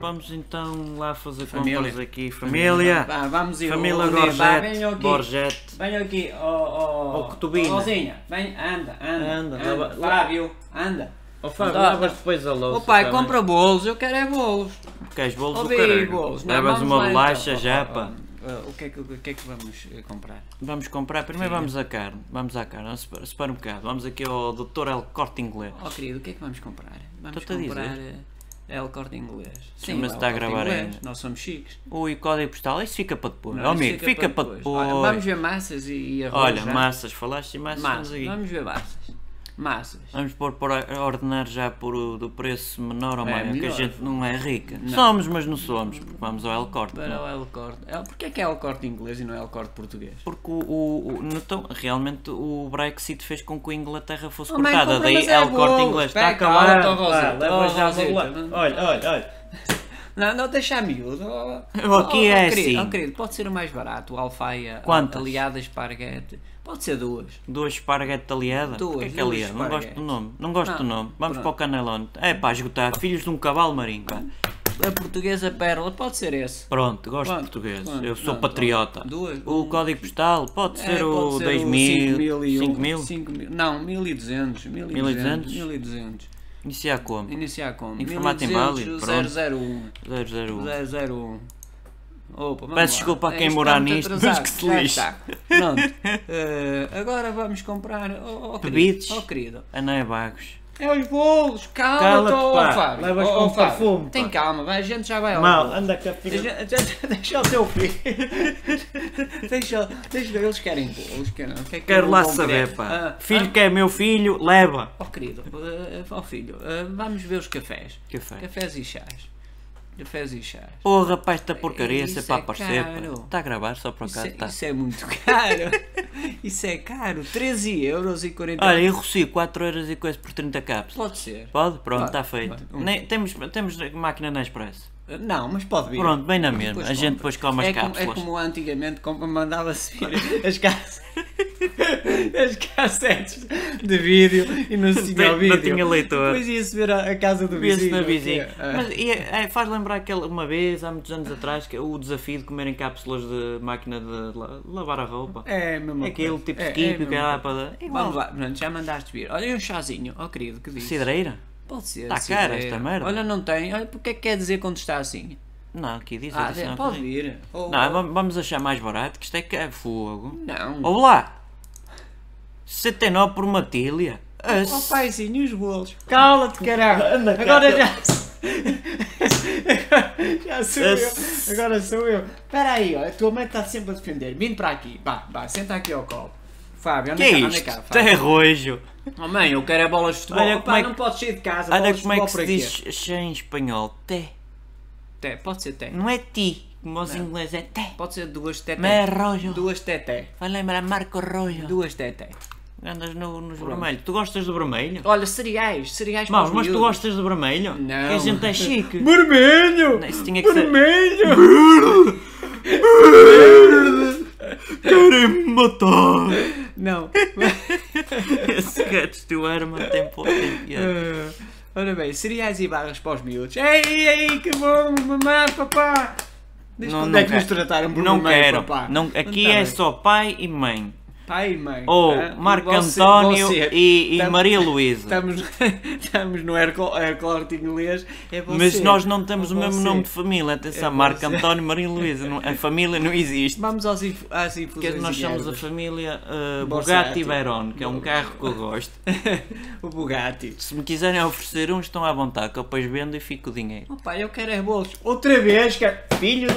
Vamos então lá fazer Família. compras aqui. Família! Vá, vamos ir. Família Ô, Zé, vá, venham Gorjete. aqui. Gorjete. Venham aqui, ó, ó. Ó, Cotubina. ó, Rosinha, vem, anda, anda. Anda, anda. lava- Fábio, anda. Ó Fábio, Dá- lavas depois a louça. Ô pai, tá bem? compra bolos, eu quero é bolos. Queres bolos Ó, do vem aí, caralho? bolos. Não, Levas vamos uma lá então. bolacha Ó, já, ó, pá. ó, ó, O que é que, o que, é que vamos eh, comprar? Vamos comprar. Primeiro vamos à carne. Vamos à carne. ao super- Supermercado. Vamos aqui ao Dr. El Corte Inglês. Ó querido, o que é que vamos comprar? Vamos Estou-te a comprar eh, El Corte Inglês. Sim, mas o está a El Corte gravar Inglês, ainda. Nós somos chiques. Ui, código postal. Isso fica para depois. Não, é? Ó, isso amigo, fica para depois. Olha, vamos ver massas e, e arroz. Olha, já. massas. Falaste em massas. massas. Vamos aqui. Vamos ver massas. Massas. Vamos pôr para ordenar já por o do preço menor ou É, maior, que a melhor. gente não é rica. Somos, mas não somos, porque vamos ao El Corte. não é? Para o El Corte. El- Porquê é que é El Corte inglês e não é El Corte português? Porque o, o, o- então, realmente o Brexit fez com que a Inglaterra fosse Oh, mãe, cortada, compra, daí mas é El Corte bolos. inglês está a Pega, acabar. ó, Rosita, Vá, ó, leva já uma Rosita. bola- Olha, olha, olha. Não, não deixa a miúdo. Oh, Eu aqui é querido, assim. oh, querido, pode ser o mais barato, o alfaia, Quantas? aliada esparguete. Pode ser duas. Duas esparguete aliada? Duas, Porquê que é duas aliada? Não gosto do esparguete. nome. Não gosto do Não, nome. Vamos pronto. para o Canelone. É pá, esgotar. Filhos de um cavalo marinho, pá. A portuguesa pérola, pode ser esse. Pronto, gosto Pronto, de português. pronto, Eu sou pronto, patriota. pronto. Duas, o um- código postal pode É, ser pode o ser 2000, 5001, 5000. 5000, um, Não, 1200. 1200? 1200. 1200. Isso é como? Iniciar como? Informado em Bali, 1200, 001. 001. 001. Opa, vamos Peço lá. desculpa a É, quem isto morar está muito nisto, mas atrasado, que se já lixe. está. Pronto. Eh, agora vamos comprar. Oh, oh, querido, Bebidas? Oh, querido. Ah, não é bagos. É os bolos. Calma-te, Cala-te, pá. ó, Fábio. Levas Ó, com ó, Fábio, perfume, Tem pá. calma, vai, a gente já vai ao bolo. anda cá, filho. Deixa, deixa- deixa o teu filho. deixa, deixa, eles querem bolos. Querem, o que é que Quero eu lá vou saber, querer? pá. Ah, filho ah, que é meu filho, leva. Ó querido, ó filho, ah, vamos ver os cafés. Café. Cafés e chás. Cafés e chás. Porra, pá, esta porcaria, Isso se é para é aparecer, pá. caro. Está a gravar só Tá. para Isso cá, é, está. isso é muito caro. isso é caro. 13 euros e 40 Olha, eu reci 4 euros e coisa por 30 cápsulas. Pode ser. Pode? Pronto, está Pode, feito. pode. Um. Nem- temos, temos máquina na Expresso. Não, mas pode vir. Pronto, bem na mesma. Depois A gente compra. depois come as é como, é cápsulas. como antigamente como mandava-se vir as cassetes. As cassetes de vídeo e não se tinha Não o vídeo. tinha leitor. Depois ia-se ver a, a casa do Vê-se vizinho. na vizinha. Ah. Mas e, é, faz lembrar aquela uma vez, há muitos anos atrás, que o desafio de comerem cápsulas de máquina de la- lavar a roupa. É a mesma Aquele coisa. tipo É- de é a skip, mesma que era para. coisa. Igual. Vamos lá, pronto, já mandaste vir. Olha, e um chazinho, ó querido, que diz? Cidreira? Pode ser. Tá cidreira. cara esta merda. Olha, não tem. Olha, porque é que quer dizer quando está assim? Não, aqui diz Ah, adicional pode cozinha. vir. Ou- assim, Não, é vam- vamos achar mais barato, que isto é que é fogo. Não. Olá! 69 por uma tilha. Ah, Oh se- paizinho, e os bolos? Cala-te, caralho! cá, Agora teu- já... já sou Esse- eu, agora sou eu. Espera aí, ó, a tua mãe está sempre a defender. Vem para aqui, vá, vá, senta aqui ao colo. Fábio, que anda é cá, anda isto? cá, Isto é Fábio. rojo. Oh mãe, eu quero é bolas de futebol. Olha Pá, como é que- não podes sair de casa, Olha bolas de como é futebol que se por aqui. diz chá em espanhol. Té. Té, pode ser té. Não é ti, como os ingleses é té. Pode ser duas teté. Mas é rojo. Duas teté. Vai lembrar Marco Rojo. Duas teté. Andas no, nos vermelhos. Tu gostas do vermelho? Olha, cereais, cereais para Mas, os mas tu miúdos. gostas do vermelho? Não. Que a gente é chique. Vermelho! Não, Isso tinha que ser. Vermelho! Querem me matar! Não. Esse gato do arma tem pouco. tem piada. Ah, ora bem, cereais e barras para os miúdos. Ei, ei, que bom, mamãe, papá! Diz Não, quando não é que nos quero. trataram por Não mamãe e quero. papá? Não, aqui Tá é bem. só pai e mãe. Pai e mãe. Ou tá? E Marco você- António você- tá- e, e Tam- Maria Luísa. Estamos, estamos no Airco- aircorte inglês. É você. Mas nós não temos É o mesmo você. nome de família. Atenção, É Marco você. António e Maria Luísa. Não- A família não existe. Vamos aos inf- às infusões Porque é nós e somos a ervas. família uh, Bugatti Borsati. Veyron, que é um carro que eu gosto. o Bugatti. Se me quiserem oferecer um, estão à vontade, que eu depois vendo e fico o dinheiro. Oh, pai, eu quero é bolos. Outra vez, cara. Filho.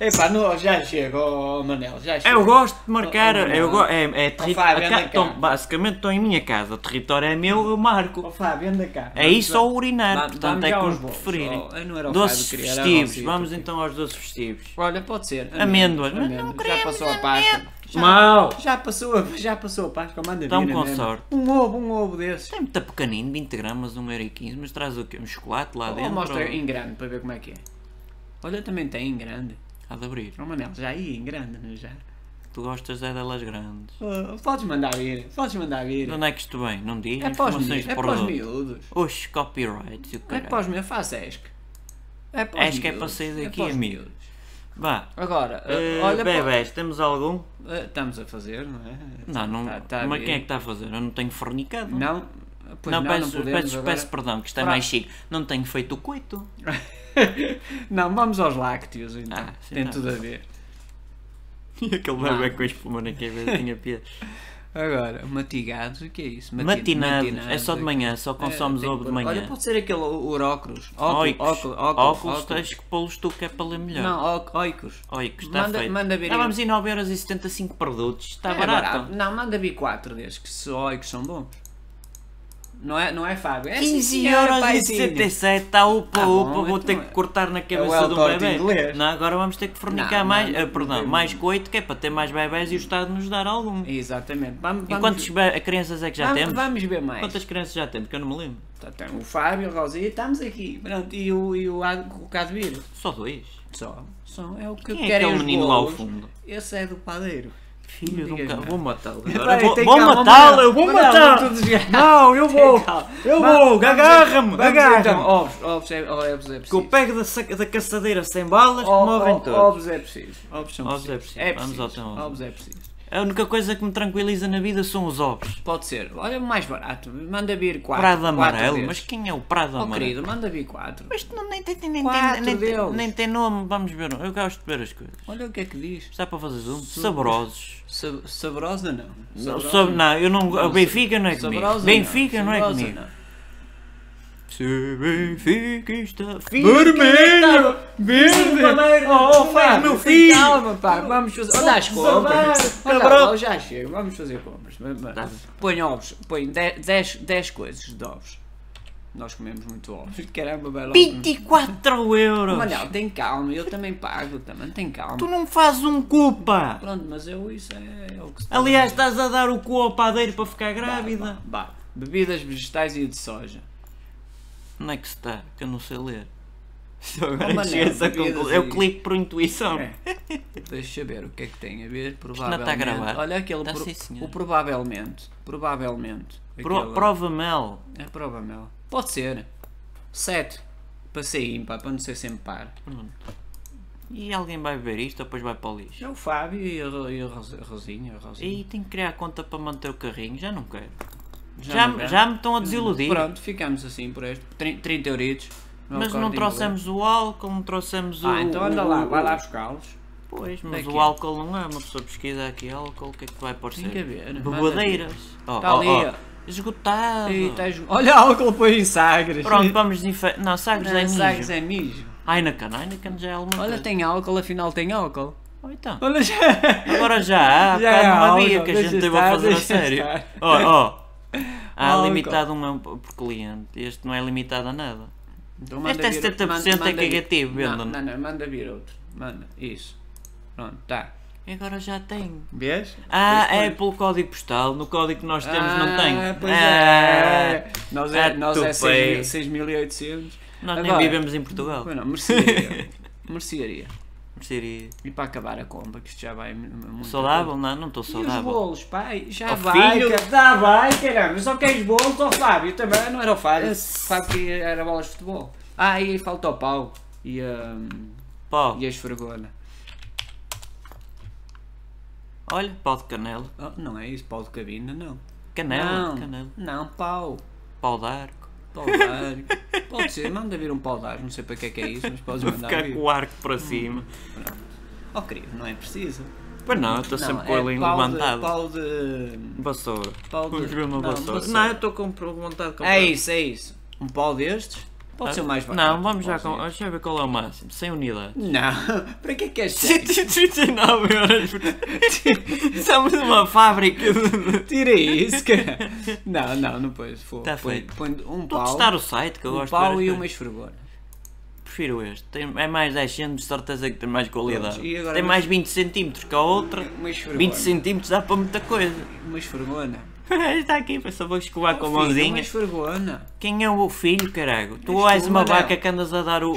Epá, não, já chega, oh, Manel, já chega. Eu gosto de marcar, Oh, oh, eu não. go- é, é terri- Oh, Fábio, a ca- anda cá. então, basicamente estou em minha casa, o território é meu, eu marco. Ó Fábio, anda cá. É isso ou Va- urinar, vamos portanto é já que aos nos bolos. preferirem. Oh, eu não era o Doces Fábio, queria, era a festivos, Rosita. vamos então aos doces festivos. Olha, pode ser. Amêndoas. Mas não Já queremos passou a Páscoa. Já, Mau! já passou, a- já passou a Páscoa, manda Então, vir, com né? sorte. Um ovo, um ovo desses. Tem muito pequenino, 20 gramas, 1,15€, mas traz o quê? Um chocolate lá Ou dentro? Oh, mostra ou- em grande para ver como é que é. Olha, também tem em grande. Há de abrir. Oh, Manel, já ia em grande, não é? já? Tu gostas é delas grandes. Ah, podes mandar vir, podes mandar vir. De onde é que isto vem? Não me diz? é para Informações os miúdos, de é para os produto. miúdos. Oxe, copyrights e o É caralho. para os miúdos, faz ESC. É para os ESC é para miúdos, sair daqui, para os amigo. miúdos. Vá. Agora, ah, Eh, olha para... bebés, temos algum? Ah, estamos a fazer, não é? Não, não. Tá- tá a mas ver. quem é que está a fazer? Eu não tenho fornicado. Não, pois não, não, não, peço, podemos peço, agora. peço perdão, que isto é Fra- mais chique. Não tenho feito o coito. Não, vamos aos lácteos então. Ah, sim, Tem tá. tudo a ver. E aquele bebé com a espuma na cabeça tinha piada. Agora, matigados, o que é isso? Mati- Matinados, é só de aqui. manhã, só consomes É, tem ovo que de pôr- Olha, manhã. pode ser aquele o- oróculos. Óculos, Oicos, óculos, óculos, tens que pô-los tu que é para ler melhor. Não, ó- óicos. Oicos, está Manda- feito. manda ver Estávamos em 9,75€ produtos, está É Tá barato. Não, manda vir 4 desses, que se óicos são bons. Não é, não é Fábio? É sim, senhora, paizinho. 15,77€ está upa, Ah, bom, upa, vou então ter é. que cortar na É o cabeça do Eltorte bebê. inglês. Não, agora vamos ter que fornicar Não, mais, não, ah, não perdão, tem- mais coito que é para ter mais bebés e o Estado nos dar algum. Exatamente. Vamos, E vamos- quantas be- crianças é que já vamos, temos? Vamos ver mais. Quantas crianças já temos? Que eu não me lembro. Tá, Tem o Fábio, o Rosinha, estamos aqui. Pronto, e o, e o, Ad- o Cadvir. Só dois. Só, só. É o que Quem é querem aquele os menino lá ao bolos. fundo? Esse é do padeiro. Filho de um Então, Diga-me. ca- Vou matá-lo. Vai, Agora vou tem vou calma, matá-lo, Manuel. eu vou Manuel, matá-lo. vamos todos- Não, eu vou. Eu Va- vou, vamos- agarra-me, vamos Então, agarra-me. ovos, ovos é, ovos é Que eu preciso. pego da, saca- da caçadeira sem balas, O- que morrem o- todos. ovos é preciso. Ovos são Ovos é precisos. preciso. Vamos ao preciso. tão- Ovos é preciso. A única coisa que me tranquiliza na vida são os ovos. Pode ser. Olha, mais barato. Manda vir 4. Prado amarelo, mas quem é o Prado Oh, amarelo? querido, manda vir 4. Mas não, nem, tem, nem, Quatro tem, nem, tem, deles. nem tem nome, vamos ver. Eu gosto de ver as coisas. Olha o que é que diz. Está para fazer zoom? Saborosos. Sa- Saborosa não. Não, Saborosa sab- não, eu não. não. o Benfica não é comigo. Saborosa Benfica não, é Saborosa comigo. não. Se Benfica está. Vermelho! Verde! Vermelho! Oh, Vermelho, Fábio, meu tem filho! Calma, pá, vamos fazer. Olha as desabar, compras! Olha lá, cabrão. já chego, vamos fazer compras. Vai, vai. Tá bem. Põe ovos, põe 10 coisas de ovos. Nós comemos muito ovos, caramba, vai logo. 24 euros! Manel, tem calma, eu também pago, também tem calma. Hum. Tu não fazes um culpa! Pronto, mas eu isso é, é o que se Aliás, estás a dar o cu ao padeiro para ficar grávida. Bah, bah. Bebidas vegetais e de soja. Onde é que se está? Que eu não sei ler. Só agora Mané, cheguei a essa bebidas conclusão. e- Eu clico por intuição. É. Deixa eu ver o que é que tem a ver. não Provavelmente. está a gravar. Olha aquele. Tá, pro- sim, senhor. o provavelmente. Provavelmente. Pro- Aquele- prova mel. É prova, meu. Pode ser. 7. Para ser ímpar, para não ser sempre par. E alguém vai ver isto ou depois vai para o lixo? É o Fábio e a, Ro- e a Ros- a Rosinha. A Rosinha. E tenho que criar conta para manter o carrinho. Já não quero. Já, Já não me- quero. já me estão a desiludir. Pronto, é ficamos assim por este. Trin- 30 euritos. Mas não trouxemos o álcool, não trouxemos o. Ah, então anda o- lá, o- vai lá buscá-los. Pois, mas Daqui. o álcool não é. Uma pessoa pesquisa aqui álcool, o que é que vai aparecer? Tem que haver, manda Bebadeiras. Oh, Tá oh, ali, oh. ó. tá. Esgotado. E tens... Olha álcool põe em sagres. Pronto, vamos desinfetar. Não, Sagres é Não, sagres mijo. é mijo. Heineken, Heineken já é alguma Olha, coisa. tem álcool, afinal tem álcool. Oh, então. Olha já. Agora já há, Já já é não havia álcool, que a deixa gente teve a estar, fazer a deixa sério. estar. Oh, oh. Há Álcool. limitado uma por cliente. Este não é limitado a nada. Então manda Este é vir- 70% manda- é negativo, vir- não, Bento. não, não, manda vir outro. Manda, isso. Pronto, tá. E agora já tem. Vês? Ah, Pois é pelo código postal. No código que nós temos não tem. Ah, pois Ah, é. Nós é, Ah, nós é tu 6.000 bem. 6.800. Nós nem Agora- vivemos em Portugal. Pois não, mercearia. mercearia. Seria E para acabar a compra, que isto já vai mu- mu- muito. saudável? Não, não estou E os saudável. bolos, pai? Já Oh, vai. filho. cara- Já vai, caramba. Só queres bolos ao Fábio também. Não era o Fábio. Fábio que era bolas de futebol. Ah, e falta o pau. E a. Pau. e a esfregona. Olha, pau de canela. Oh, não é isso, pau de cabina, não. Canela, não, canela. não, pau. Pau de arco. Pau de arco. Pode ser, manda vir um pau de arco, não sei para que é que é isso, mas podes Vou mandar ficar vir. com o arco para Hum. cima. Oh querido, não é preciso. Pois não, eu estou Não, sempre é com ele pau de- levantado. Pau de... Vassoura. Pau de- Vamos ver uma não, vassoura. vassoura. Não, eu estou com vontade de comprar. É isso, é isso. Um pau destes? Pode ser mais barato. Ah, Não, vamos já, pode com... ser. deixa eu ver qual é o máximo. 100 unidades. Não, para que é que és sério? 139 euros. Somos uma fábrica. Estou Tira isso, cara. Não, não, não pões. Fogo. Tá põe, feito. põe um a pau, testar o site que eu um gosto de ver pau as e coisas. uma esfregona. Prefiro este. Tem, é mais 10 cm, de certeza que tem mais qualidade. Pronto, e agora tem mas- mais 20 cm que a outra. Uma esfregona. 20 cm dá para muita coisa. Uma esfregona. Está aqui, só vou escovar com a Filho, é Uma mãozinha. esfregona. Quem é o filho, caralho? Tu És és tu, uma Manel. vaca que andas a dar o, o,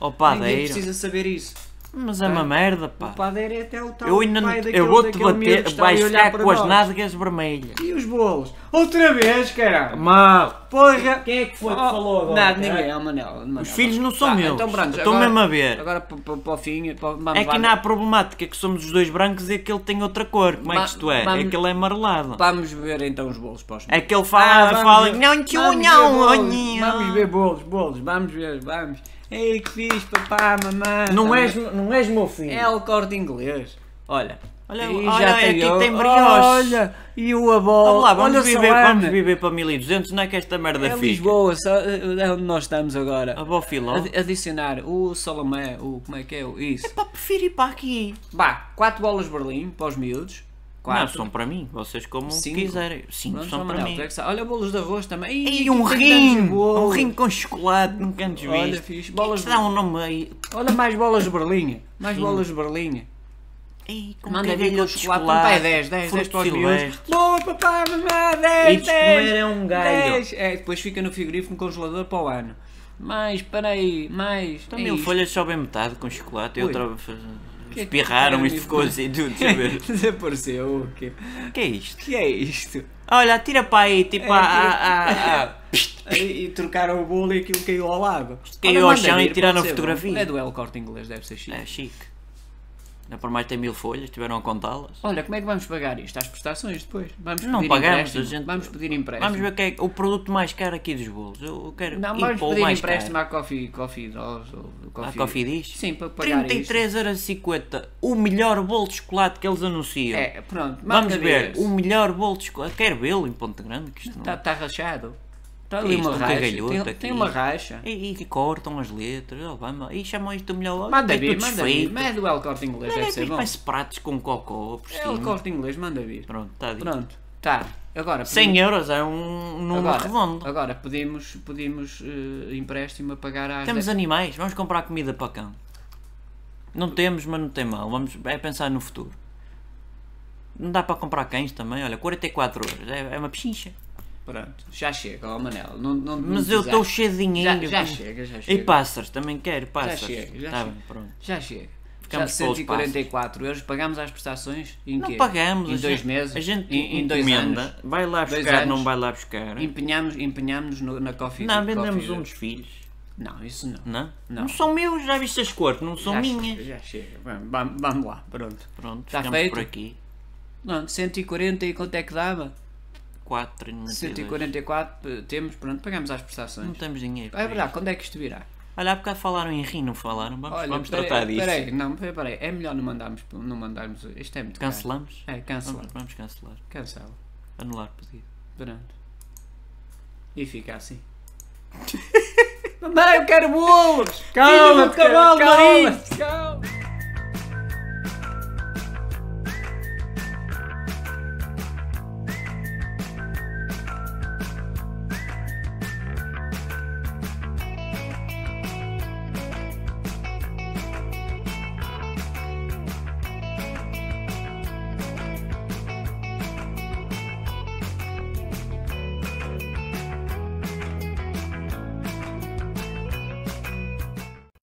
ao Ninguém padeiro. precisa saber isso. Mas é uma merda, pá. O padeiro é até o tal Eu ainda não- pai daquele, eu vou-te daquele miúdo que bater, está ali vais a olhar ficar para com as nós. nádegas vermelhas. E os bolos? Outra vez, caralho! Mal. Porra! Oh, Quem é que foi que falou agora? Nada, ninguém, é o Manel. o Manel. filhos não são meus. Então, pronto, Eu estou agora- mesmo a ver. Agora para, para, para o fim, para, vamos, É que ainda há problemática que somos os dois brancos e aquele tem outra cor. Como é que Ma- isto é? ma- Aquele é amarelado. vamos ver então os bolos para os É que ele fala, Ah, vamos fala ver- não tio, vamos não, ver oh, bolos, não. Vamos ver bolos, bolos, vamos ver, vamos. Ei, que fixe, papá, mamãe. Não Vamos és, ver. não és meu filho. É o corte inglês. Olha. Olha, e olha, já aqui o- tem brioche. Olha, e o avó. Vamos lá, vamos olha só, viver, Ana. vamos viver para 1200, não é que esta merda Ah, É fica. Lisboa, só, é onde nós estamos agora. A boa filó. Ad- adicionar o Salomé, o como é que é o isso? Pá, prefiro ir para aqui. Bah, 4 bolas de Berlim para os miúdos. Não, 4. são para mim, vocês como Cinco. quiserem. Cinco são para mim. Olha, bolos de arroz também. Ih, E um que rim, grandes bolos. um rim com chocolate, nunca antes Olha, visto. fixe, Que bolas que se dá um nome aí. Olha mais bolas de Berlim. Mais bolas de Berlim. Ei, com Manda vir carilho com de chocolate. Um pai 10, 10, 10 fruto para os miúdos. silvestre. Boa, papá, mamá, 10, E 10. de comer é um galho. 10. É, depois fica no frigorífico no congelador para o ano. Mais, peraí, mais. Então é mil isto. folhas só bem metade com chocolate e Ui. outra faz- Que- espirraram, que- isto ficou assim tudo, deixa eu ver. Desapareceu o quê? O que é isto? O que é isto? É, Olha, atira para aí, tipo a- a- a- a- e, e trocaram o bolo e aquilo caiu ao lago. ah. caiu Olha, ao manda chão e vir, tiraram pode ser fotografia. bom. É do El Corte Inglês, deve ser chique. É chique. Ainda por mais tem mil folhas, tiveram a contá-las. Olha, como é que vamos pagar isto? Às prestações depois? Vamos Não pedir pagamos, empréstimo? a gente- Vamos pedir empréstimo. Vamos ver o que é o produto mais caro aqui dos bolos. Eu eu quero Não, ir vamos para o pedir mais empréstimo caro. à Coffee, coffee Dolls ou A Coffee diz? Sim, para pagar isto. 33,50€ o melhor bolo de chocolate que eles anunciam. É, pronto. Vamos ver, Um- o melhor bolo de chocolate. Quero vê-lo em Ponta Grande. Que isto não... Está Tá, rachado. Está Que ali isto, uma um racha. cagalhoto Tem, aqui. É tem uma racha. E, e cortam as letras, oh, vai, mas- e chamam isto o melhor. Manda é vir, tudo manda vir. desfeito. Mas é do El Corte Inglês, Olha, deve ser bom. Vai-se pratos com cocó por É o cima. Corte Inglês, manda vir. Pronto, está dito. Pronto, tá. Agora, 100 euros é um número agora, redondo. agora pedimos, pedimos eh, empréstimo a pagar às Temos dez- animais, vamos comprar comida para cão. Não temos, mas não tem mal. Vamos é pensar no futuro. Não dá para comprar cães também, olha, 44 euros, é, é uma pechincha. Pronto, já chega, ó Manel. Não, não, não Mas eu estou precisar. cheio de dinheiro. Hum, Já- já como- chega, já E chega. pássaros, também quero pássaros. chega, já Tá chega. bem, pronto. Já chega. Ficamos já com os 144 euros, pagámos às prestações em Não quê? pagamos. Em a dois gente- meses? A gente em, em dois encomenda, anos? vai lá Dois buscar, anos. não vai lá buscar. Empenhámos, empenhámos no- na Coffee tipo Não, coffee vendemos Shop. um dos filhos. Não, isso não. Não? Não. são meus, já viste as cores, não são já minhas. Chega, já chega. Vamos, vamos- vamos lá, pronto. Pronto, Tá ficamos feito? por aqui. Não, 140 e quanto é que dava? 4 Não 144 eh, temos, pronto, pagámos às prestações. temos dinheiro. Ah, É para verdade, quando é que isto virá? isso. Olha, há bocado falaram em rim, não falaram? Vamos, Olha, vamos peraí, tratar disso. Peraí, não, peraí, é melhor não mandarmos, não mandarmos, isto é muito caro. Cancelamos? É, cancela, Vamos, vamos cancelar. cancela, Anular pedido. pronto. E fica assim. Mamãe, eu quero bolos! Calma-te, Filho do cavalo, cara, Marinho! Calma!